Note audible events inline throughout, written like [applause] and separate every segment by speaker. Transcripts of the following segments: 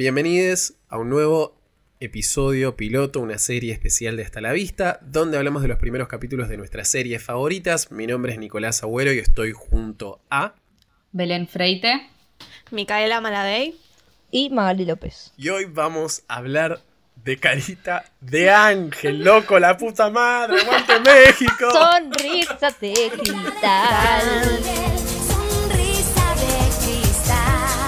Speaker 1: Bienvenidos a un nuevo episodio piloto, una serie especial de Hasta la Vista, donde hablamos de los primeros capítulos de nuestras series favoritas. Mi nombre es Nicolás Agüero y estoy junto a...
Speaker 2: Belén Freite.
Speaker 3: Micaela Maladey.
Speaker 4: Y Magali López.
Speaker 1: Y hoy vamos a hablar de Carita de Ángel, loco, la puta madre, aguante
Speaker 4: [laughs]
Speaker 1: México.
Speaker 4: Sonrisa de cristal.
Speaker 5: Sonrisa de cristal,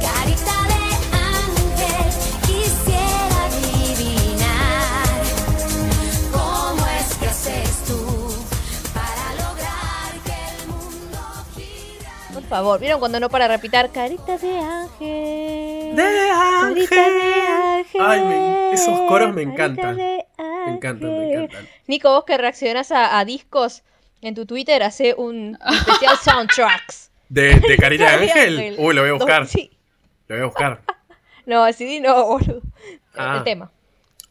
Speaker 5: carita de ángel, quisiera adivinar cómo es que haces tú para lograr que el mundo gira.
Speaker 4: Por favor, ¿vieron cuando no para repitar? Carita de ángel.
Speaker 1: De
Speaker 4: Carita de ángel.
Speaker 1: Ay, me- esos coros me encantan.
Speaker 4: Carita de
Speaker 1: Me encantan, me
Speaker 4: ángel.
Speaker 1: encantan.
Speaker 4: Nico, vos que reaccionás a, a discos en tu Twitter, hace un
Speaker 1: [laughs]
Speaker 4: especial soundtracks.
Speaker 1: ¿De,
Speaker 4: [laughs]
Speaker 1: de Carita de Ángel?
Speaker 4: Ángel.
Speaker 1: Uy, lo voy a buscar,
Speaker 4: Sí.
Speaker 1: lo voy a buscar.
Speaker 4: No, el CD no, boludo.
Speaker 1: Ah.
Speaker 4: El tema.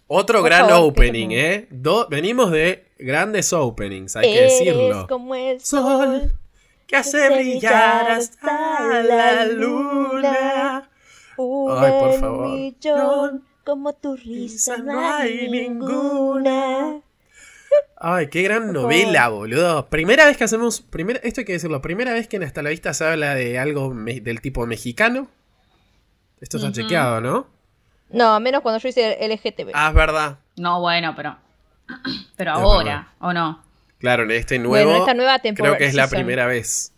Speaker 1: Otro
Speaker 4: Por
Speaker 1: gran
Speaker 4: favor,
Speaker 1: opening,
Speaker 4: qué
Speaker 1: ¿eh? Do- venimos de grandes openings, hay que
Speaker 4: Eres
Speaker 1: decirlo.
Speaker 4: como el
Speaker 1: Sol que hace brillar hasta la luna.
Speaker 4: Uno
Speaker 1: Ay, por
Speaker 4: en un
Speaker 1: favor.
Speaker 4: millón, como tu risa no hay ninguna.
Speaker 1: Ay, qué gran
Speaker 4: Por
Speaker 1: novela, boludo. Primera vez que hacemos. Primera, esto hay que decirlo. Primera vez que en Hasta la Vista se habla de algo me- del tipo mexicano. Esto está
Speaker 2: Ujú.
Speaker 1: chequeado, ¿no?
Speaker 4: No, menos cuando yo hice el LGTB.
Speaker 1: Ah, es verdad.
Speaker 2: No, bueno, pero. [clears throat] Pero
Speaker 1: Es
Speaker 2: ahora, ¿o no?
Speaker 1: Claro, en este nuevo.
Speaker 4: Bueno, esta nueva temporada.
Speaker 1: creo que es la
Speaker 4: season.
Speaker 1: primera vez.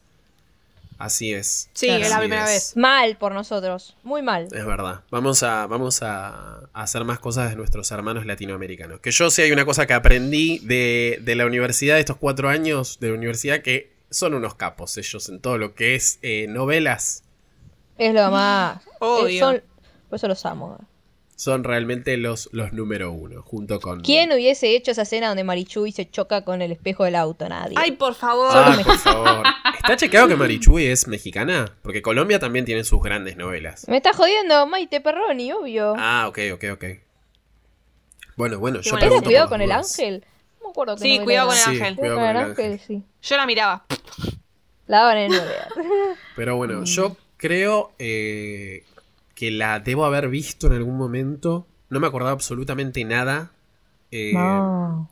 Speaker 1: Así es.
Speaker 3: Sí,
Speaker 4: Claro.
Speaker 3: es la
Speaker 1: Así
Speaker 3: primera
Speaker 1: es.
Speaker 3: vez.
Speaker 4: Mal por nosotros, muy mal.
Speaker 1: Es verdad. Vamos a, vamos a hacer más cosas de nuestros hermanos latinoamericanos. Que yo sé, hay una cosa que aprendí de, de la universidad, de estos cuatro años de la universidad, que son unos capos ellos en todo lo que es eh, novelas.
Speaker 4: Es lo más.
Speaker 3: Obvio.
Speaker 4: Eh, son- Por eso los amo.
Speaker 1: Son realmente los, los número uno, junto con...
Speaker 4: ¿Quién hubiese hecho esa escena donde Marichuy se choca con el espejo del auto? Nadie.
Speaker 3: Ay, por favor.
Speaker 1: Ah, por favor. ¿Está chequeado que Marichuy es mexicana? Porque Colombia también tiene sus grandes novelas.
Speaker 4: Me está jodiendo Maite Perroni, obvio.
Speaker 1: Ah, ok, ok, ok. Bueno, bueno, yo
Speaker 3: bueno.
Speaker 4: ¿Era
Speaker 1: pregunto por
Speaker 4: cuidado
Speaker 1: las
Speaker 4: con el
Speaker 1: dudas.
Speaker 4: ángel? No me acuerdo que
Speaker 3: Sí,
Speaker 4: novela
Speaker 3: cuidado con el
Speaker 4: era.
Speaker 1: Sí,
Speaker 3: ángel.
Speaker 1: cuidado con el ángel.
Speaker 4: sí.
Speaker 3: Yo la miraba.
Speaker 4: La daban en el nueve.
Speaker 1: Pero bueno,
Speaker 4: Mm.
Speaker 1: yo creo eh, que la debo haber visto en algún momento. No me acordaba absolutamente nada. eh,
Speaker 4: No.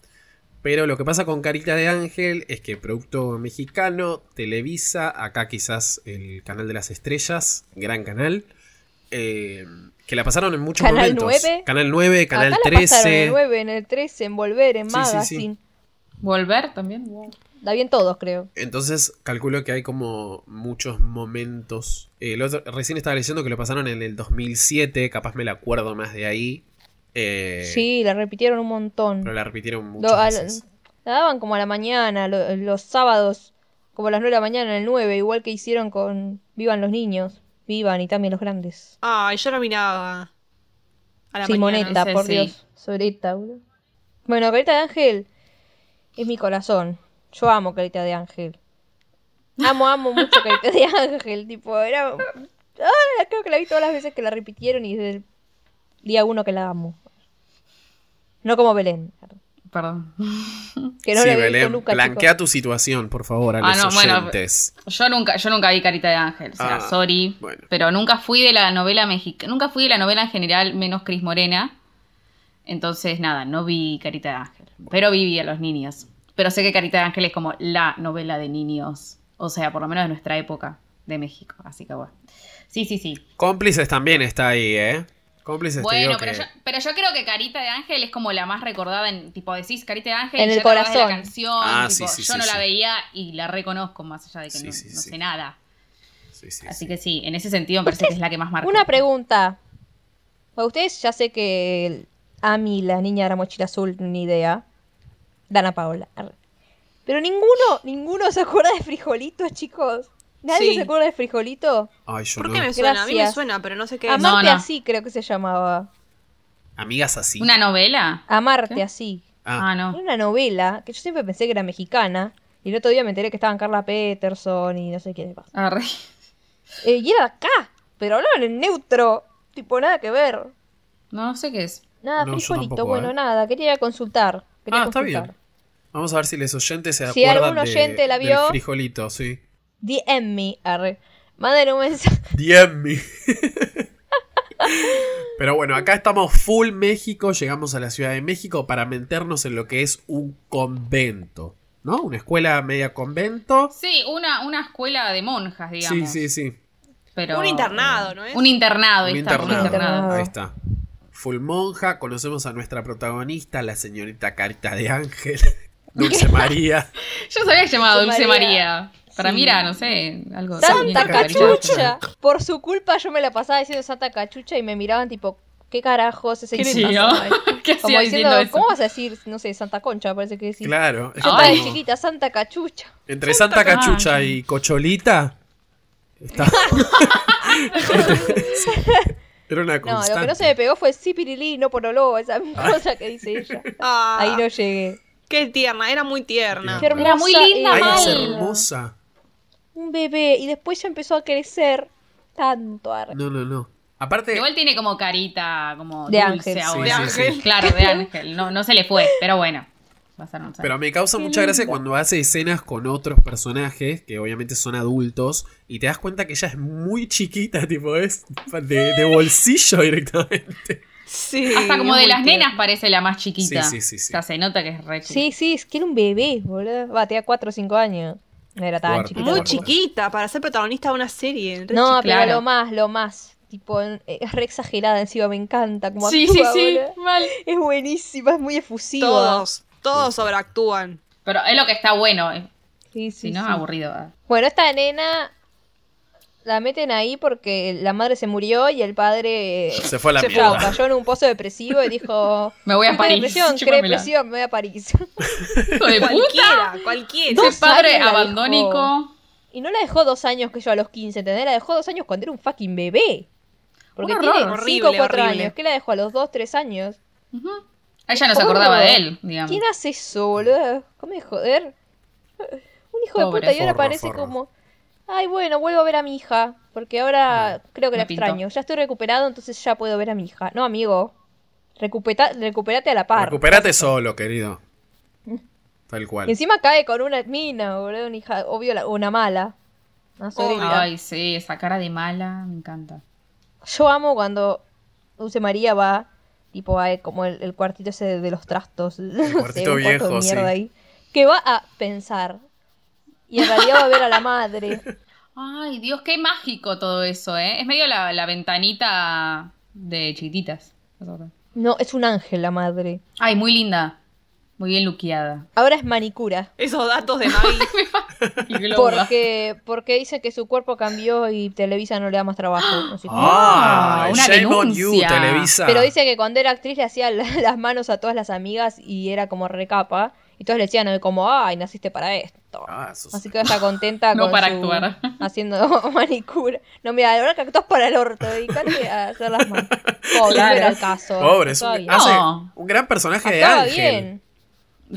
Speaker 1: Pero lo que pasa con Carita de Ángel es que producto mexicano, Televisa, acá quizás el canal de las estrellas, gran canal. eh, que la pasaron en muchos
Speaker 4: Canal
Speaker 1: momentos.
Speaker 4: 9.
Speaker 1: Canal 9, Canal
Speaker 4: Acá la
Speaker 1: 13.
Speaker 4: pasaron en el 9, en el 13, en Volver, en
Speaker 1: Sí, sí, sí.
Speaker 4: Magazine.
Speaker 2: ¿Volver también? Wow.
Speaker 4: Da bien todos, creo.
Speaker 1: Entonces calculo que hay como muchos momentos. Eh, el otro- recién estaba leyendo que lo pasaron en el 2007, capaz me la acuerdo más de ahí. Eh,
Speaker 4: Sí, la repitieron un montón.
Speaker 1: Pero la repitieron muchas
Speaker 4: Lo- al-
Speaker 1: veces.
Speaker 4: la daban como a la mañana, lo- los sábados, como a las 9 de la mañana en el 9, igual que hicieron con Vivan los niños, Vivan y también los grandes.
Speaker 3: Ay, yo la miraba. A la
Speaker 4: Simoneta,
Speaker 3: mañana.
Speaker 2: ese
Speaker 4: por
Speaker 2: sí.
Speaker 4: Dios, Soleta, boludo. Bueno, Carita de Ángel es mi corazón. Yo amo Carita de Ángel. Amo, amo mucho Carita de Ángel, tipo, era... Ah, creo que la vi todas las veces que la repitieron y desde el día uno que la amo. No como Belén.
Speaker 2: Perdón.
Speaker 4: Que no
Speaker 1: sí,
Speaker 4: la había visto
Speaker 1: Belén,
Speaker 4: nunca,
Speaker 1: blanquea
Speaker 4: chicos.
Speaker 1: tu situación, por favor, a
Speaker 2: Ah,
Speaker 1: los
Speaker 2: no, bueno,
Speaker 1: oyentes.
Speaker 2: Yo nunca, yo nunca vi Carita de Ángel, o sea,
Speaker 1: Ah,
Speaker 2: sorry.
Speaker 1: bueno.
Speaker 2: Pero nunca fui de la novela mexicana. Nunca fui de la novela en general, menos Cris Morena. Entonces, nada, no vi Carita de Ángel. Pero vi, vi a los niños. Pero sé que Carita de Ángel es como la novela de niños. O sea, por lo menos de nuestra época de México. Así que bueno. Sí, sí, sí.
Speaker 1: Cómplices también está ahí, ¿eh? Cómplices te
Speaker 2: Bueno,
Speaker 1: digo
Speaker 2: pero,
Speaker 1: que-
Speaker 2: yo, pero yo creo que Carita de Ángel es como la más recordada en, tipo, decís Carita de Ángel
Speaker 4: En
Speaker 2: y
Speaker 4: el
Speaker 2: ya te acordás de
Speaker 4: corazón.
Speaker 2: la canción,
Speaker 1: Ah, sí,
Speaker 2: tipo,
Speaker 1: sí,
Speaker 2: yo
Speaker 1: sí,
Speaker 2: no
Speaker 1: sí.
Speaker 2: la veía y la reconozco más allá de que
Speaker 1: Sí,
Speaker 2: no,
Speaker 1: sí,
Speaker 2: no
Speaker 1: sí.
Speaker 2: sé nada.
Speaker 1: Sí, sí,
Speaker 2: Así
Speaker 1: sí.
Speaker 2: que sí, en ese sentido me parece que es la que más marca.
Speaker 4: Una pregunta. Para ustedes ya sé que el- a mí la niña de la mochila azul, ni idea. Dana Paola. arre. Pero ninguno, ninguno se acuerda de frijolitos, chicos. ¿Nadie
Speaker 3: Sí.
Speaker 4: se acuerda de frijolito?
Speaker 1: Ay, yo
Speaker 3: ¿Por
Speaker 1: no.
Speaker 3: qué me suena? A mí me
Speaker 4: Gracias.
Speaker 3: suena, pero no sé qué es.
Speaker 2: Amá-
Speaker 4: Amarte
Speaker 2: no.
Speaker 4: así creo que se llamaba.
Speaker 1: Amigas así.
Speaker 2: ¿Una novela?
Speaker 4: Amarte
Speaker 2: ¿Qué?
Speaker 4: así.
Speaker 1: Ah,
Speaker 2: Ah,
Speaker 4: Era
Speaker 2: no.
Speaker 4: una novela que yo siempre pensé que era mexicana. Y el otro día me enteré que estaban Carla Peterson y no sé quiénes más.
Speaker 2: Arre.
Speaker 4: Eh, y era de acá, pero hablaban en neutro. Tipo, nada que ver.
Speaker 2: No sé qué es.
Speaker 4: Nada,
Speaker 1: No, yo
Speaker 4: frijolito.
Speaker 1: tampoco,
Speaker 4: bueno,
Speaker 1: ¿eh?
Speaker 4: nada, quería consultar. Quería
Speaker 1: Ah, está
Speaker 4: consultar.
Speaker 1: bien. Vamos a ver si los oyentes se
Speaker 4: Si
Speaker 1: acuerdan
Speaker 4: algún
Speaker 1: de-
Speaker 4: oyente la
Speaker 1: del
Speaker 4: vio.
Speaker 1: frijolito, sí.
Speaker 4: DM me, arre. Manden un mensaje.
Speaker 1: DM me. [laughs] Pero bueno, acá estamos full México, llegamos a la Ciudad de México para meternos en lo que es un convento, ¿no? Una escuela media convento.
Speaker 2: Sí, una, una escuela de monjas, digamos.
Speaker 1: Sí, sí, sí.
Speaker 2: Pero-
Speaker 3: Un internado, ¿eh? ¿no es?
Speaker 2: Un internado, ahí
Speaker 1: Un
Speaker 2: está, un
Speaker 1: internado.
Speaker 2: internado.
Speaker 1: Ahí está. Full monja, conocemos a nuestra protagonista, la señorita Carita de Ángel, [laughs]
Speaker 4: [laughs]
Speaker 1: Dulce María.
Speaker 2: Yo sabía que se llamaba
Speaker 4: Dulce
Speaker 2: Dulce
Speaker 4: María.
Speaker 2: María. Para mí era, no sé, algo
Speaker 4: Santa
Speaker 2: Cachucha.
Speaker 4: cachucha. Por su culpa yo me la pasaba diciendo Santa cachucha y me miraban tipo, ¿qué carajos ese
Speaker 2: ¿Qué
Speaker 4: idiota?
Speaker 2: niño? [laughs] ¿Qué
Speaker 4: Como
Speaker 2: hacía
Speaker 4: diciendo,
Speaker 2: diciendo eso?
Speaker 4: ¿cómo vas a decir, no sé, Santa concha? Parece que decís.
Speaker 1: Claro. es
Speaker 4: Yo estaba de
Speaker 1: como-
Speaker 4: chiquita, Santa cachucha.
Speaker 1: Entre Santa
Speaker 2: Santa
Speaker 1: Cachucha
Speaker 2: Cachucha.
Speaker 1: y Cocholita.
Speaker 4: [laughs]
Speaker 1: Está... [laughs] Era una
Speaker 4: No,
Speaker 1: constante.
Speaker 4: lo que no se me pegó fue Cipirilí, no poroló, esa cosa que dice ella.
Speaker 3: Ah,
Speaker 4: Ahí no llegué.
Speaker 3: Qué tierna, era muy tierna.
Speaker 4: Qué
Speaker 2: Era muy
Speaker 4: hermosa
Speaker 2: linda,
Speaker 1: Ay,
Speaker 4: era.
Speaker 1: es
Speaker 2: mal.
Speaker 1: hermosa.
Speaker 4: Un bebé. Y después ya empezó a crecer tanto. ar-
Speaker 1: No, no, no. Aparte,
Speaker 2: Igual tiene como carita, como
Speaker 4: De
Speaker 2: dulce
Speaker 4: ángel.
Speaker 2: ahora.
Speaker 1: Sí, sí,
Speaker 3: ángel. sí.
Speaker 2: Claro, de ángel. No, no se le fue, pero bueno. Va a ser un
Speaker 1: pero me causa
Speaker 4: Qué
Speaker 1: mucha gracia
Speaker 4: lindo.
Speaker 1: cuando hace escenas con otros personajes que obviamente son adultos y te das cuenta que ella es muy chiquita, tipo, es de, de bolsillo directamente.
Speaker 3: Sí.
Speaker 2: Hasta como de
Speaker 3: muy
Speaker 2: las
Speaker 3: tierna.
Speaker 2: nenas parece la más chiquita.
Speaker 1: Sí, sí, sí, sí.
Speaker 2: O sea, se nota que es re chiquita.
Speaker 4: Sí, sí, es que era un bebé, boludo. Va, tenía 4 o 5 años. No era tan
Speaker 1: Fuerte.
Speaker 4: chiquita.
Speaker 3: Muy
Speaker 1: Gorda.
Speaker 3: chiquita para ser protagonista de una serie. re
Speaker 4: No, pero
Speaker 2: claro.
Speaker 4: lo más, lo más. Tipo, en- eh, es re exagerada encima, me encanta. Como
Speaker 2: sí, sí,
Speaker 4: actúa,
Speaker 2: sí,
Speaker 4: boludo.
Speaker 2: mal.
Speaker 4: Es buenísima, es muy efusiva.
Speaker 3: Todos, todos sobreactúan.
Speaker 2: Pero es lo que está bueno. eh.
Speaker 4: Sí, sí,
Speaker 2: Si no,
Speaker 4: sí.
Speaker 2: aburrido. va.
Speaker 4: Bueno, esta nena la meten ahí porque la madre se murió y el padre eh,
Speaker 1: [laughs] Se fue a la
Speaker 3: Se fue.
Speaker 1: mierda.
Speaker 4: cayó en un pozo depresivo y dijo...
Speaker 2: Me voy a
Speaker 4: "Qué
Speaker 2: París, [laughs]
Speaker 4: Depresión, qué
Speaker 2: chúpamela".
Speaker 4: depresión, me voy a París. [laughs]
Speaker 2: Hijo de puta.
Speaker 3: Cualquiera, cualquiera.
Speaker 4: Dos
Speaker 2: Ese padre
Speaker 4: años la
Speaker 2: abandónico.
Speaker 4: Y no la dejó dos años que yo a los 15, ¿entendés? La dejó dos años cuando era un fucking bebé. Porque
Speaker 2: Un horror.
Speaker 4: tiene cinco o
Speaker 3: Horrible,
Speaker 4: cuatro
Speaker 3: horrible.
Speaker 4: años. ¿Qué la dejó a los dos, tres años?
Speaker 2: Ujú. Ella no se acordaba de él, digamos.
Speaker 4: ¿Quién hace eso, boludo? ¿Cómo de joder? Un hijo
Speaker 2: Pobre.
Speaker 4: de puta y ahora
Speaker 1: Forro,
Speaker 4: parece
Speaker 1: forro.
Speaker 4: como... Ay, bueno, vuelvo a ver a mi hija. Porque ahora creo que la
Speaker 2: me pintó.
Speaker 4: extraño. Ya estoy recuperado, entonces ya puedo ver a mi hija. No, amigo. Recupeta- recuperate a la [laughs] par.
Speaker 1: Recuperate solo, querido. Tal
Speaker 4: Y
Speaker 1: cual.
Speaker 4: encima cae con una mina, boludo. Una hija, obvio, la- una mala. Una sobrina.
Speaker 2: Ay, sí, esa cara de mala, me encanta.
Speaker 4: Yo amo cuando Dulce María va, tipo, a como el, el cuartito ese de, de los trastos. [laughs] no sé,
Speaker 1: cuartito
Speaker 4: un cuarto
Speaker 1: viejo,
Speaker 4: de mierda
Speaker 1: sí.
Speaker 4: ahí, que va a pensar. Y en realidad va a ver a la madre.
Speaker 2: Ay, Dios, qué mágico todo eso, ¿eh? Es medio la, la ventanita de chiquititas.
Speaker 4: No, es un ángel la madre.
Speaker 2: Ay, muy linda. Muy bien luqueada.
Speaker 4: Ahora es manicura.
Speaker 3: Esos datos de Mavi.
Speaker 2: Y globa.
Speaker 4: Porque, porque dice que su cuerpo cambió y Televisa no le da más trabajo. No sé.
Speaker 1: Ah,
Speaker 2: Ah, una
Speaker 1: shame on you,
Speaker 2: denuncia.
Speaker 1: Televisa.
Speaker 4: Pero dice que cuando era actriz le hacía la- las manos a todas las amigas y era como recapa. Y todos le decían eh, como, ay, naciste para esto.
Speaker 1: Ah, sos-
Speaker 4: Así que está [laughs] contenta
Speaker 2: No
Speaker 4: con
Speaker 2: para
Speaker 4: su-
Speaker 2: actuar.
Speaker 4: haciendo [laughs] manicura. No, mira, la verdad que actúas para el orto, dedicate a hacer
Speaker 1: [laughs]
Speaker 4: las manos. Pobre,
Speaker 2: Claro.
Speaker 4: no era el caso.
Speaker 1: Pobre, es
Speaker 4: Actuaba
Speaker 1: un,
Speaker 4: bien.
Speaker 1: hace
Speaker 2: No.
Speaker 1: un gran personaje de
Speaker 4: Actuaba
Speaker 1: Ángel.
Speaker 4: bien.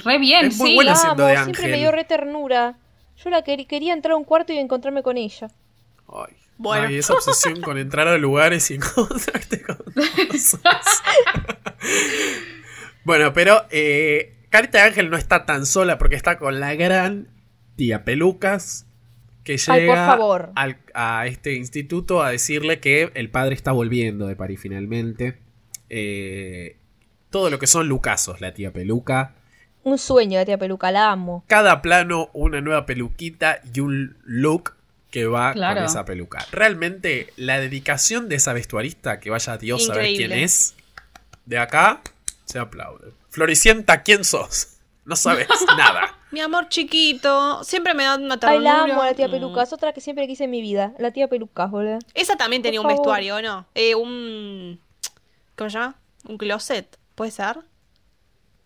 Speaker 2: Re bien,
Speaker 1: Es muy
Speaker 2: sí.
Speaker 1: buena.
Speaker 4: La
Speaker 1: Bueno, siendo
Speaker 4: amo,
Speaker 1: de
Speaker 4: siempre
Speaker 1: Ángel.
Speaker 4: me dio re ternura. Yo la quer- quería entrar a un cuarto y encontrarme con ella.
Speaker 1: Ay,
Speaker 3: Bueno.
Speaker 1: ay, esa obsesión con entrar a lugares y [laughs] encontrarte
Speaker 4: [laughs]
Speaker 1: con cosas. bueno, pero eh, Carita de Ángel no está tan sola porque está con la gran tía Pelucas que llega
Speaker 4: Ay, por favor.
Speaker 1: al- a este instituto a decirle que el padre está volviendo de París finalmente. Eh, todo lo que son lucasos, la tía Peluca.
Speaker 4: Un sueño de tía peluca, la amo.
Speaker 1: cada plano una nueva peluquita y un look que va
Speaker 2: Claro.
Speaker 1: con esa peluca. Realmente la dedicación de esa vestuarista, que vaya Dios a ver
Speaker 3: Increíble.
Speaker 1: quién es, de acá se aplaude. Floricienta, ¿quién sos? No sabes nada.
Speaker 3: Mi amor chiquito, siempre me da una
Speaker 4: Ay,
Speaker 3: ternura.
Speaker 4: la amo a la tía
Speaker 3: Mm.
Speaker 4: peluca. Es otra que siempre quise en mi vida. La tía peluca, boludo.
Speaker 3: Esa también tenía
Speaker 4: Por
Speaker 3: un
Speaker 4: favor.
Speaker 3: vestuario, ¿o ¿no? Eh, un... ¿Cómo se llama? Un closet, ¿puede ser?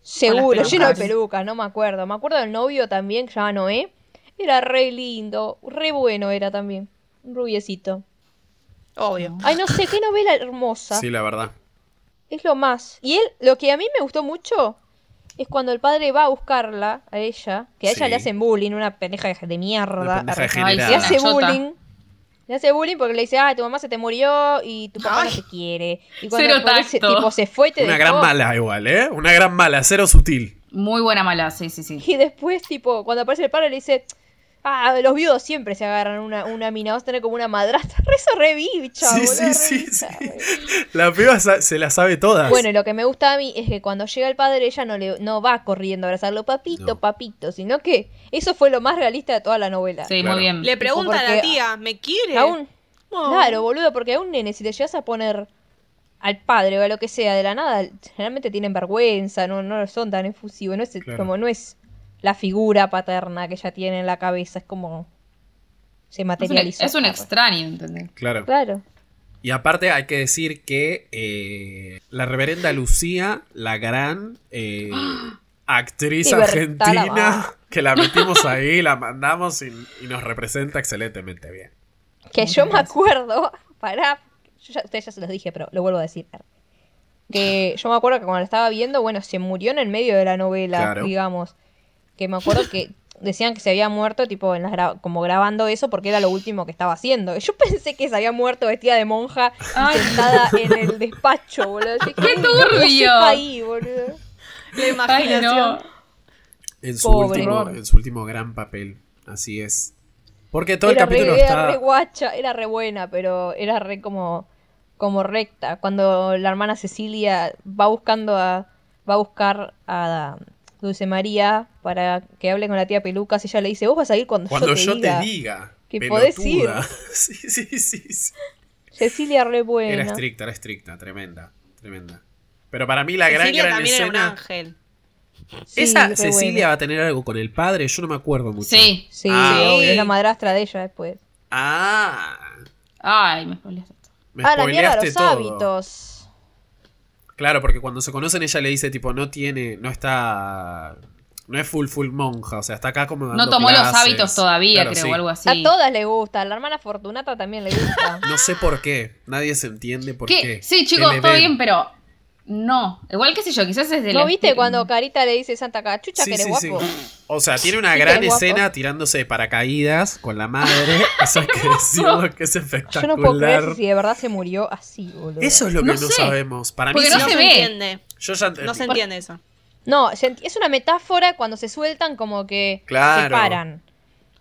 Speaker 4: Seguro,
Speaker 2: las
Speaker 4: lleno de
Speaker 2: pelucas.
Speaker 4: pelucas, no me acuerdo. Me acuerdo del novio también, que se llama Noé. Era re lindo, re bueno era también. Un rubiecito.
Speaker 3: Obvio.
Speaker 4: Ay, no sé, qué novela hermosa.
Speaker 1: Sí, la verdad.
Speaker 4: Es lo más. Y él, lo que a mí me gustó mucho es cuando el padre va a buscarla, a ella, que a ella
Speaker 1: Sí.
Speaker 4: le hacen bullying, una pendeja de- de
Speaker 1: Una
Speaker 4: mierda.
Speaker 1: pendeja
Speaker 4: Arre-
Speaker 2: Ay,
Speaker 1: degenerada.
Speaker 4: Le hace
Speaker 2: Una chota.
Speaker 4: bullying. Le hace bullying porque le dice, ah, tu mamá se te murió y tu papá
Speaker 3: Ay.
Speaker 4: no te quiere. Y cuando
Speaker 2: Cero
Speaker 4: el pobre se,
Speaker 2: tacto.
Speaker 4: tipo, se fue y te
Speaker 1: Una
Speaker 4: dejó.
Speaker 1: gran mala igual, ¿eh? Una gran mala, cero sutil.
Speaker 2: Muy buena mala, sí, sí, sí.
Speaker 4: Y después, tipo, cuando aparece el padre le dice, Ah, los viudos siempre se agarran una, una mina. Vos tenés como una madrastra. [laughs] Rezo re bicha,
Speaker 1: sí,
Speaker 4: boludo,
Speaker 1: sí,
Speaker 4: re
Speaker 1: sí, sí.
Speaker 4: bicha, boludo.
Speaker 1: La piba sa- se la sabe todas.
Speaker 4: Bueno, y lo que me gusta a mí es que cuando llega el padre ella no le no va corriendo a abrazarlo, papito,
Speaker 1: No.
Speaker 4: papito, sino que eso fue lo más realista de toda la novela.
Speaker 2: Sí,
Speaker 1: Claro.
Speaker 2: muy bien.
Speaker 3: Le pregunta a
Speaker 4: porque-
Speaker 3: la tía, ¿me quiere?
Speaker 4: Aún,
Speaker 3: Oh.
Speaker 4: claro, boludo, porque a un nene si le llegas a poner al padre o a lo que sea de la nada, generalmente tienen vergüenza, no, no son tan efusivos, no es
Speaker 1: Claro.
Speaker 4: como no es la figura paterna que ella tiene en la cabeza, es como se
Speaker 2: Es un,
Speaker 4: materializa.
Speaker 2: es un extraño, ¿entendés?
Speaker 1: Claro.
Speaker 4: Claro.
Speaker 1: Y aparte hay que decir que eh, la reverenda Lucía, la gran
Speaker 4: [gasps]
Speaker 1: eh, actriz
Speaker 4: Libertad la
Speaker 1: argentina,
Speaker 4: va.
Speaker 1: [laughs] que la
Speaker 4: [laughs]
Speaker 1: metimos ahí, la mandamos y, y nos representa excelentemente bien.
Speaker 4: Que yo me acuerdo, pará, yo ya, ustedes ya se los dije, pero lo vuelvo a decir. Que yo me acuerdo que cuando la estaba viendo, bueno, se murió en el medio de la novela,
Speaker 1: Claro.
Speaker 4: digamos. Que me acuerdo que decían que se había muerto, tipo, en las gra- como grabando eso, porque era lo último que estaba haciendo. Yo pensé que se había muerto vestida de monja,
Speaker 2: Ay.
Speaker 4: sentada en el despacho, boludo. Yo dije,
Speaker 2: ¡Qué
Speaker 4: "Uy, ¿cómo
Speaker 2: turbio!
Speaker 4: llegó ahí, boludo?
Speaker 3: La
Speaker 2: Ay,
Speaker 3: imaginación.
Speaker 2: no.
Speaker 1: En su,
Speaker 4: Pobre.
Speaker 1: último, en su último gran papel. Así es. Porque todo
Speaker 4: era
Speaker 1: el capítulo
Speaker 4: re,
Speaker 1: está...
Speaker 4: Era re guacha, era re buena, pero era re como, como recta. Cuando la hermana Cecilia va buscando a. va a buscar a Dulce María para que hable con la tía Pelucas, ella le dice, vos vas a ir cuando,
Speaker 1: Cuando
Speaker 4: yo te diga.
Speaker 1: diga.
Speaker 4: que
Speaker 1: pelotuda.
Speaker 4: podés ir.
Speaker 1: [laughs] Sí, sí, sí, sí.
Speaker 4: Cecilia re
Speaker 1: Era
Speaker 4: buena.
Speaker 1: estricta, era estricta, tremenda, tremenda. Pero para mí la gran,
Speaker 3: Cecilia
Speaker 1: gran
Speaker 3: también era un
Speaker 1: escena...
Speaker 3: ángel.
Speaker 4: Sí,
Speaker 1: Esa
Speaker 4: re
Speaker 1: Cecilia
Speaker 4: buena.
Speaker 1: va a tener algo con el padre, yo no me acuerdo mucho.
Speaker 2: Sí.
Speaker 4: Sí,
Speaker 1: Ah,
Speaker 4: obvio,
Speaker 1: ok.
Speaker 4: es la madrastra de ella después.
Speaker 1: Ah,
Speaker 2: Ay, me spoileaste.
Speaker 1: me
Speaker 4: Ah, la mierda,
Speaker 1: spoileaste
Speaker 4: los
Speaker 1: todo.
Speaker 4: hábitos.
Speaker 1: Claro, porque cuando se conocen ella le dice tipo no tiene, no está, no es full full monja, o sea está acá como dando
Speaker 2: No tomó los
Speaker 1: clases.
Speaker 2: hábitos todavía,
Speaker 1: Claro,
Speaker 2: creo,
Speaker 1: sí.
Speaker 2: o algo así.
Speaker 4: A todas les gusta, a la hermana Fortunata también
Speaker 1: [laughs]
Speaker 4: le gusta.
Speaker 1: No sé por qué, nadie se entiende por qué.
Speaker 2: ¿Qué? Sí,
Speaker 1: Que
Speaker 2: chicos,
Speaker 1: le
Speaker 2: todo
Speaker 1: ven.
Speaker 2: bien, pero no. Igual que sé yo, quizás es de
Speaker 4: ¿No
Speaker 2: la-
Speaker 4: viste cuando Carita le dice Santa Cachucha
Speaker 1: Sí,
Speaker 4: que eres
Speaker 1: sí,
Speaker 4: guapo?
Speaker 1: sí. O sea, tiene una
Speaker 4: Sí, [laughs] que
Speaker 1: gran
Speaker 4: eres guapo.
Speaker 1: escena tirándose de paracaídas con la
Speaker 2: [laughs]
Speaker 1: madre. Eso hay que decirlo que es
Speaker 4: Yo no
Speaker 1: espectacular.
Speaker 4: puedo creer si de verdad se murió así, boludo.
Speaker 1: Eso es lo que no,
Speaker 2: No sé.
Speaker 1: sabemos. Para mí
Speaker 2: Porque
Speaker 1: sí.
Speaker 2: no
Speaker 3: no
Speaker 2: se
Speaker 3: se
Speaker 2: ve.
Speaker 3: entiende.
Speaker 1: Yo ya entendí.
Speaker 3: No se entiende eso.
Speaker 4: No, se ent- es una metáfora cuando se sueltan como que
Speaker 1: Claro. Ah,
Speaker 4: se paran.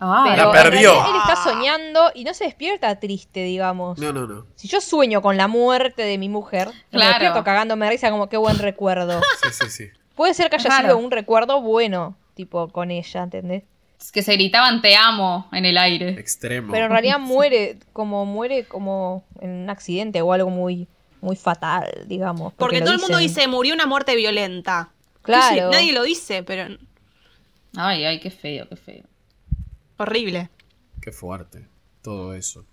Speaker 2: Ay,
Speaker 1: La
Speaker 4: Pero en
Speaker 1: perdió.
Speaker 4: realidad Él está soñando y no se despierta triste, digamos.
Speaker 1: No, no, no.
Speaker 4: Si yo sueño con la muerte de mi mujer, me
Speaker 2: Claro.
Speaker 4: despierto cagándome de risa como qué buen
Speaker 1: [laughs]
Speaker 4: recuerdo.
Speaker 1: Sí, sí, sí.
Speaker 4: [laughs] Puede ser que haya
Speaker 2: Claro.
Speaker 4: sido un recuerdo bueno, tipo con ella, ¿entendés?
Speaker 2: es que se gritaban te amo en el aire.
Speaker 1: Extremo.
Speaker 4: Pero en
Speaker 1: [laughs]
Speaker 4: realidad muere como muere como en un accidente o algo muy muy fatal, digamos.
Speaker 3: Porque,
Speaker 4: lo
Speaker 3: todo el mundo
Speaker 4: dicen.
Speaker 3: dice, murió una muerte violenta.
Speaker 4: Claro.
Speaker 3: Nadie- Nadie lo dice, pero
Speaker 2: Ay, ay, qué feo, qué feo.
Speaker 3: horrible.
Speaker 1: Qué fuerte. Todo eso.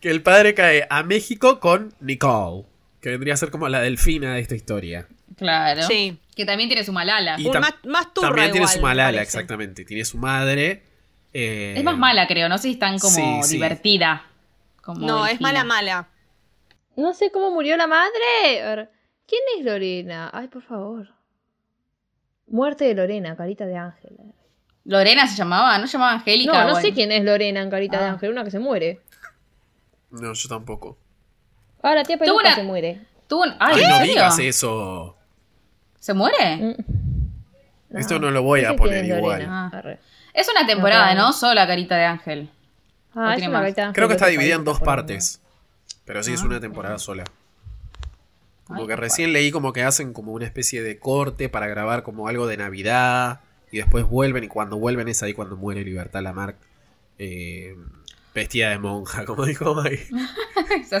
Speaker 1: Que el padre cae a México con Nicole. Que vendría a ser como la delfina de esta historia.
Speaker 2: Claro.
Speaker 3: Sí.
Speaker 2: Que también tiene su malala.
Speaker 1: Y
Speaker 3: Un-
Speaker 1: tam-
Speaker 3: más, más turra
Speaker 1: También tiene
Speaker 3: igual,
Speaker 1: su
Speaker 3: me
Speaker 1: malala,
Speaker 3: parece.
Speaker 1: exactamente. Tiene su madre. eh,
Speaker 2: es más mala, creo. No sé si es tan como
Speaker 1: Sí, sí.
Speaker 2: divertida. Como
Speaker 3: No, es
Speaker 2: delfina.
Speaker 3: mala, mala.
Speaker 4: No sé cómo murió la madre. A ver, ¿Quién es Lorena? Ay, por favor. Muerte de Lorena, carita de ángel.
Speaker 2: Lorena se llamaba, no se llamaba
Speaker 4: No,
Speaker 2: Angélica.
Speaker 4: no
Speaker 2: Bueno.
Speaker 4: sé quién es Lorena en carita de
Speaker 2: Ah.
Speaker 4: ángel, una que se muere.
Speaker 1: No, yo tampoco.
Speaker 4: Ah, la tía
Speaker 2: Tuvo
Speaker 4: Peluca
Speaker 2: una-
Speaker 4: se muere.
Speaker 2: Tuvo un-
Speaker 1: Ay,
Speaker 2: Ay, Ah, ¿en
Speaker 1: no
Speaker 2: serio?
Speaker 1: digas eso.
Speaker 2: ¿Se muere?
Speaker 4: Mm.
Speaker 1: Esto no lo voy
Speaker 4: No
Speaker 1: a
Speaker 4: sé
Speaker 1: poner
Speaker 4: quién es
Speaker 1: igual.
Speaker 4: Lorena.
Speaker 6: Ah.
Speaker 4: Arre.
Speaker 2: Es una temporada,
Speaker 4: claro.
Speaker 2: ¿no? Solo la carita de Ángel. [laughs] No
Speaker 4: Ah, es
Speaker 2: tiene
Speaker 4: una
Speaker 2: más.
Speaker 4: carita de ángel
Speaker 1: Creo que está
Speaker 4: otra
Speaker 1: dividida en
Speaker 4: carita,
Speaker 1: dos
Speaker 4: por lo
Speaker 1: partes. Pero sí, es una temporada sola. Como
Speaker 2: Ay,
Speaker 1: que
Speaker 2: qué
Speaker 1: recién leí como que hacen como una especie de corte para grabar como algo de Navidad. Y después vuelven, y cuando vuelven es ahí cuando muere Libertad Lamarck. eh, vestida de monja, [laughs] como dijo Maggie,
Speaker 2: Está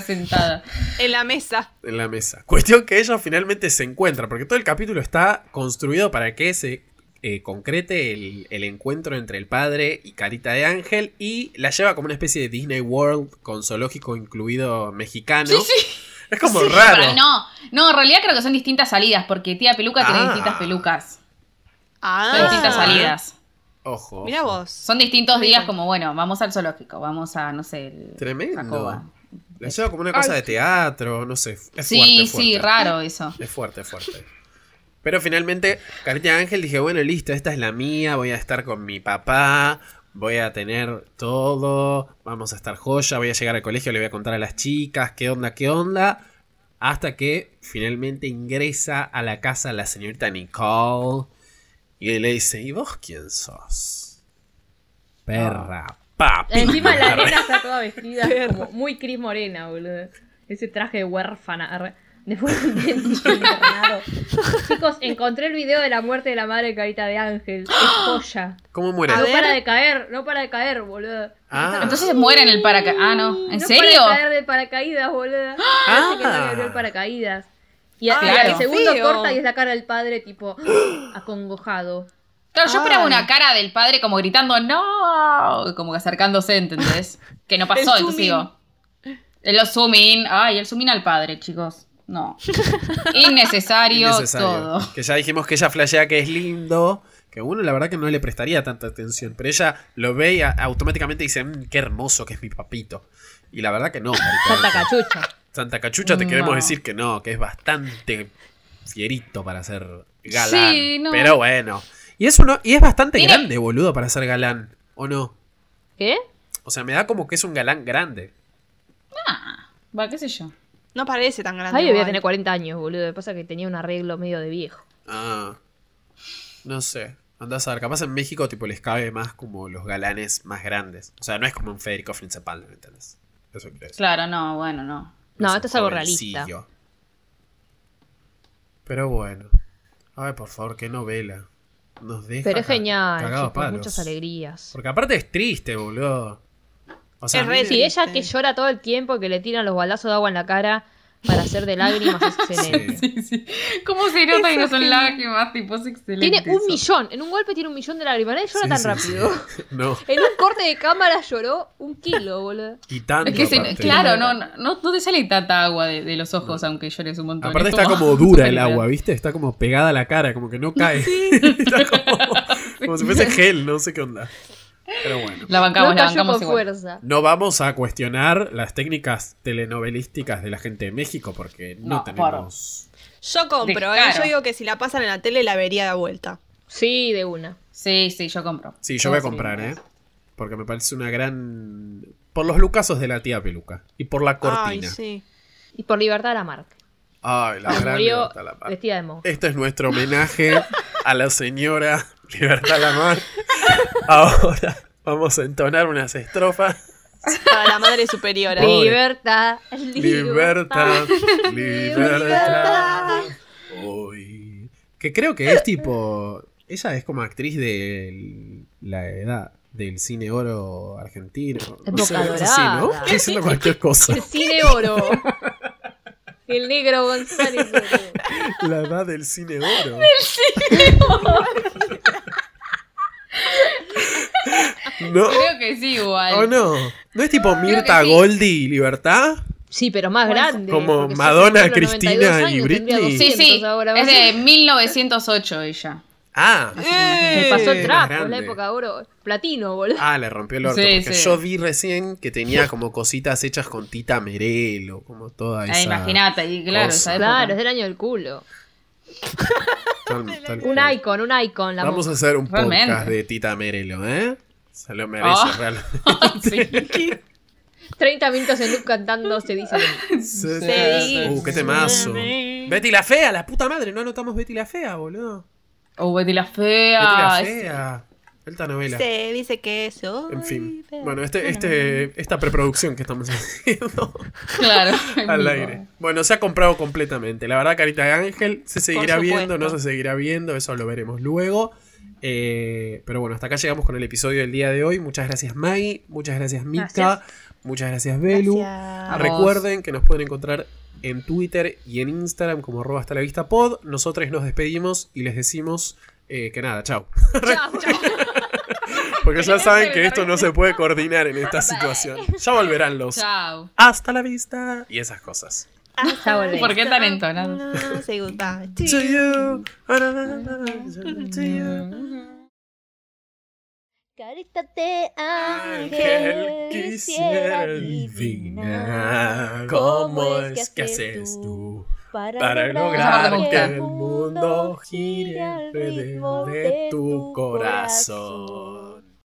Speaker 1: [laughs]
Speaker 2: sentada.
Speaker 3: En la mesa.
Speaker 1: en la mesa. Cuestión que ellos finalmente se encuentran, porque todo el capítulo está construido para que se eh, concrete el, el encuentro entre el padre y Carita de Ángel. Y la lleva como una especie de Disney World con zoológico incluido mexicano. Es como
Speaker 2: Sí,
Speaker 1: raro.
Speaker 2: para mí no. No, en realidad creo que son distintas salidas, porque tía peluca
Speaker 1: Ah.
Speaker 2: tiene distintas pelucas. Son
Speaker 1: salida.
Speaker 2: distintas
Speaker 3: Ah.
Speaker 2: salidas.
Speaker 1: Ojo.
Speaker 3: Mira vos.
Speaker 2: Son distintos días como, bueno, vamos al zoológico, vamos a, no sé, el
Speaker 1: Tremendo.
Speaker 2: Jacoba.
Speaker 1: La lleva como una cosa de teatro, no sé. Es fuerte,
Speaker 2: sí,
Speaker 1: es
Speaker 2: sí,
Speaker 1: fuerte.
Speaker 2: raro eso.
Speaker 1: Es fuerte, es fuerte. Pero finalmente, Carita Ángel dije, bueno, listo, esta es la mía, voy a estar con mi papá, voy a tener todo, vamos a estar joya, voy a llegar al colegio, le voy a contar a las chicas, qué onda, qué onda. Hasta que finalmente ingresa a la casa la señorita Nicole y le dice, ¿y vos quién sos? Perra. Papi.
Speaker 6: Encima
Speaker 1: [laughs]
Speaker 6: la nena está toda vestida como
Speaker 4: [laughs]
Speaker 6: muy Cris Morena, boludo. Ese traje de huérfana. arre. Después [laughs] de un internado. Chicos, encontré el video de la muerte de la madre de Carita de Ángel. Es
Speaker 2: ¡Ah!
Speaker 6: joya.
Speaker 1: ¿Cómo muere?
Speaker 3: A
Speaker 6: No
Speaker 3: ver.
Speaker 6: para de caer, no para de caer, boludo.
Speaker 1: Ah.
Speaker 2: Entonces muere en el paracaídas. Ah, no. ¿En
Speaker 6: no
Speaker 2: serio? ¡Ah!
Speaker 6: para de caer de paracaídas, boludo. Parece
Speaker 1: Ah.
Speaker 6: que no le abrió el paracaídas. Y a-
Speaker 3: Ay,
Speaker 6: y al
Speaker 2: qué
Speaker 6: segundo
Speaker 3: feo.
Speaker 6: corta y es la cara del
Speaker 2: [gasps]
Speaker 6: padre, tipo,
Speaker 2: ¡Ah!
Speaker 6: acongojado.
Speaker 2: Claro, yo esperaba
Speaker 3: Ay.
Speaker 2: una cara del padre como gritando ¡No! Como que acercándose, ¿entendés? Que [laughs] no pasó,
Speaker 3: El
Speaker 2: entonces
Speaker 3: zoom in.
Speaker 2: digo. El zoom in. Ay, el zoom in al padre, chicos. [laughs] No. Innecesario,
Speaker 1: Innecesario.
Speaker 2: todo.
Speaker 1: Que ya dijimos que ella flashea que es lindo. Que uno la verdad que no le prestaría tanta atención. Pero ella lo ve y a- automáticamente dice, "Mm, qué hermoso que es mi papito. Y la verdad que no. Santa
Speaker 4: Cachucha.
Speaker 1: Santa Cachucha te
Speaker 2: No.
Speaker 1: queremos decir que no, que es bastante fierito para ser galán.
Speaker 2: Sí, no.
Speaker 1: Pero bueno. Y es uno, y es bastante
Speaker 2: Tiene-
Speaker 1: grande, boludo, para ser galán, ¿o no?
Speaker 4: ¿Qué?
Speaker 1: O sea, me da como que es un galán grande.
Speaker 2: Va, qué sé yo.
Speaker 3: No parece tan grande.
Speaker 4: Ay, yo voy a
Speaker 3: igual.
Speaker 4: tener 40 años, boludo. Lo que pasa es que tenía un arreglo medio de viejo.
Speaker 1: Ah. No sé. Andás a ver, capaz en México tipo les cabe más como los galanes más grandes. O sea, no es como un Federico Principal, ¿me entendés? Eso quiero decir.
Speaker 2: Claro, no, bueno, no.
Speaker 4: No,
Speaker 1: un
Speaker 4: esto es algo
Speaker 1: jovencillo.
Speaker 4: realista.
Speaker 1: Pero bueno. Ay, por favor, qué novela. Nos deja
Speaker 4: Pero es
Speaker 1: ca-
Speaker 4: genial,
Speaker 1: cagado a
Speaker 4: chicos,
Speaker 1: palos.
Speaker 4: muchas alegrías.
Speaker 1: Porque aparte es triste, boludo. O sea,
Speaker 3: Es
Speaker 1: a mí
Speaker 3: re
Speaker 1: me-
Speaker 4: Sí, ella
Speaker 3: triste.
Speaker 4: que llora todo el tiempo, que le tiran los balazos de agua en la cara para hacer de lágrimas, es excelente.
Speaker 1: [laughs] Sí.
Speaker 2: ¿Cómo se nota que no son lágrimas? Tipo, es excelente.
Speaker 4: Tiene un
Speaker 2: eso.
Speaker 4: millón, en un golpe tiene un millón de lágrimas. Nadie llora
Speaker 1: Sí,
Speaker 4: tan
Speaker 1: sí,
Speaker 4: rápido.
Speaker 1: sí. [laughs] No,
Speaker 4: En un corte de cámara lloró un kilo, boludo.
Speaker 1: y tanto.
Speaker 2: Es que se-
Speaker 1: aparte.
Speaker 2: claro, no, no, no- no te sale tanta agua de, de los ojos, aunque llores un montón.
Speaker 1: Aparte
Speaker 2: Es ah,
Speaker 1: está como dura el
Speaker 2: Súper
Speaker 1: agua,
Speaker 2: grande.
Speaker 1: ¿viste? Está como pegada a la cara, como que no cae. está como, como si fuese gel, no sé qué onda. Pero bueno.
Speaker 2: La bancamos,
Speaker 4: No
Speaker 2: la
Speaker 4: cayó
Speaker 2: bancamos
Speaker 4: con
Speaker 2: igual.
Speaker 4: fuerza.
Speaker 1: No vamos a cuestionar las técnicas telenovelísticas de la gente de México porque no,
Speaker 2: No,
Speaker 1: tenemos...
Speaker 3: Yo compro, ¿eh?
Speaker 2: Descaro.
Speaker 3: Yo digo que si la pasan en la tele la vería de vuelta.
Speaker 4: Sí,
Speaker 2: [laughs]
Speaker 4: de
Speaker 6: [laughs]
Speaker 4: una.
Speaker 2: Sí, sí, yo compro.
Speaker 1: Sí, yo voy a comprar, ¿eh? Porque me parece una gran... Por los lucazos de la tía Peluca y por la cortina.
Speaker 3: Ay, sí.
Speaker 4: Y por libertad a la marca.
Speaker 1: Ay, la
Speaker 4: Se
Speaker 1: gran
Speaker 4: murió
Speaker 1: libertad Lamar.
Speaker 4: vestida de monja.
Speaker 1: Este es nuestro homenaje a la
Speaker 4: [laughs]
Speaker 1: señora Libertad Lamar. Ahora vamos a entonar unas estrofas.
Speaker 3: Para la madre superiora.
Speaker 1: Sí. pobre.
Speaker 4: Libertad,
Speaker 1: Libertad,
Speaker 4: libertad.
Speaker 1: libertad. Hoy. Que creo que es tipo. Ella es como actriz de la edad del cine oro argentino. No sé,
Speaker 4: Época
Speaker 1: es así, ¿no?
Speaker 4: dorada.
Speaker 1: Estoy diciendo cualquier cosa.
Speaker 4: El
Speaker 2: [laughs]
Speaker 4: cine oro. El negro González. boludo.
Speaker 1: La edad del cine oro. No.
Speaker 2: Creo que sí, igual.
Speaker 1: ¿O Oh, no? ¿No es tipo
Speaker 2: que
Speaker 1: Mirta
Speaker 2: sí.
Speaker 1: Goldie Libertad?
Speaker 4: Sí, pero más grande.
Speaker 1: Como
Speaker 4: porque si
Speaker 1: Madonna,
Speaker 4: hace solo
Speaker 1: Cristina
Speaker 4: 92
Speaker 1: y
Speaker 4: años,
Speaker 1: Britney.
Speaker 4: tendría
Speaker 2: Sí, sí,
Speaker 4: 200 ahora,
Speaker 2: es
Speaker 4: ¿verdad?
Speaker 2: de 1908 ella.
Speaker 1: Ah.
Speaker 4: Le pasó el
Speaker 1: Eh,
Speaker 4: trap,
Speaker 1: grande.
Speaker 4: en la época oro. Platino, boludo.
Speaker 1: Ah, le rompió el orto.
Speaker 2: Sí,
Speaker 1: porque
Speaker 2: sí.
Speaker 1: yo vi recién que tenía como cositas hechas con Tita Merelo, como toda
Speaker 2: Ah,
Speaker 1: esa.
Speaker 2: imagínate, y claro,
Speaker 1: cosa.
Speaker 2: esa época.
Speaker 4: Claro, es del año del culo.
Speaker 1: tal- tal
Speaker 4: Un
Speaker 1: cual.
Speaker 4: icon, un icon. La
Speaker 1: Vamos
Speaker 4: mo-
Speaker 1: a hacer un
Speaker 2: Realmente.
Speaker 1: podcast de Tita Merelo, ¿eh? Se lo merece
Speaker 2: Ah.
Speaker 1: realmente.
Speaker 2: [laughs] Sí.
Speaker 4: 30 minutos en loop cantando se dice. de mí.
Speaker 1: Se-
Speaker 3: Sí.
Speaker 1: Uh, qué temazo.
Speaker 3: Sí.
Speaker 1: Betty la fea, la puta madre, no anotamos Betty la fea, boludo.
Speaker 2: Oh, Betty la
Speaker 1: Betty
Speaker 2: fea.
Speaker 1: la fea. Alta novela.
Speaker 3: Se dice que eso.
Speaker 1: En fin. Bueno, este, este, esta preproducción que estamos haciendo.
Speaker 2: Es- [laughs] Claro.
Speaker 1: al aire. Bueno, se ha comprado completamente. La verdad, Carita de Ángel se seguirá
Speaker 3: supuesto.
Speaker 1: viendo, no se seguirá viendo, eso lo veremos luego. Eh, pero bueno, hasta acá llegamos con el episodio del día de hoy. Muchas gracias Maggie, muchas gracias Mika, muchas gracias Belu.
Speaker 3: Gracias.
Speaker 2: A vos.
Speaker 1: Recuerden que nos pueden encontrar en Twitter y en Instagram como arroba hasta la vista pod. Nosotros nos despedimos y les decimos eh, que nada, chao.
Speaker 4: Chao, chao.
Speaker 1: Porque [laughs] ya saben que esto no se puede coordinar en esta situación. Ya volverán los
Speaker 2: Chao.
Speaker 1: hasta la vista y esas cosas.
Speaker 4: Ya volvemos.
Speaker 2: ¿Por qué tan entonado?
Speaker 3: No, say goodbye.
Speaker 1: to you. Ah, To you.
Speaker 5: Carita de
Speaker 1: Ángel, quisiera adivinar cómo es que haces tú para lograr que el mundo gire al ritmo de tu corazón.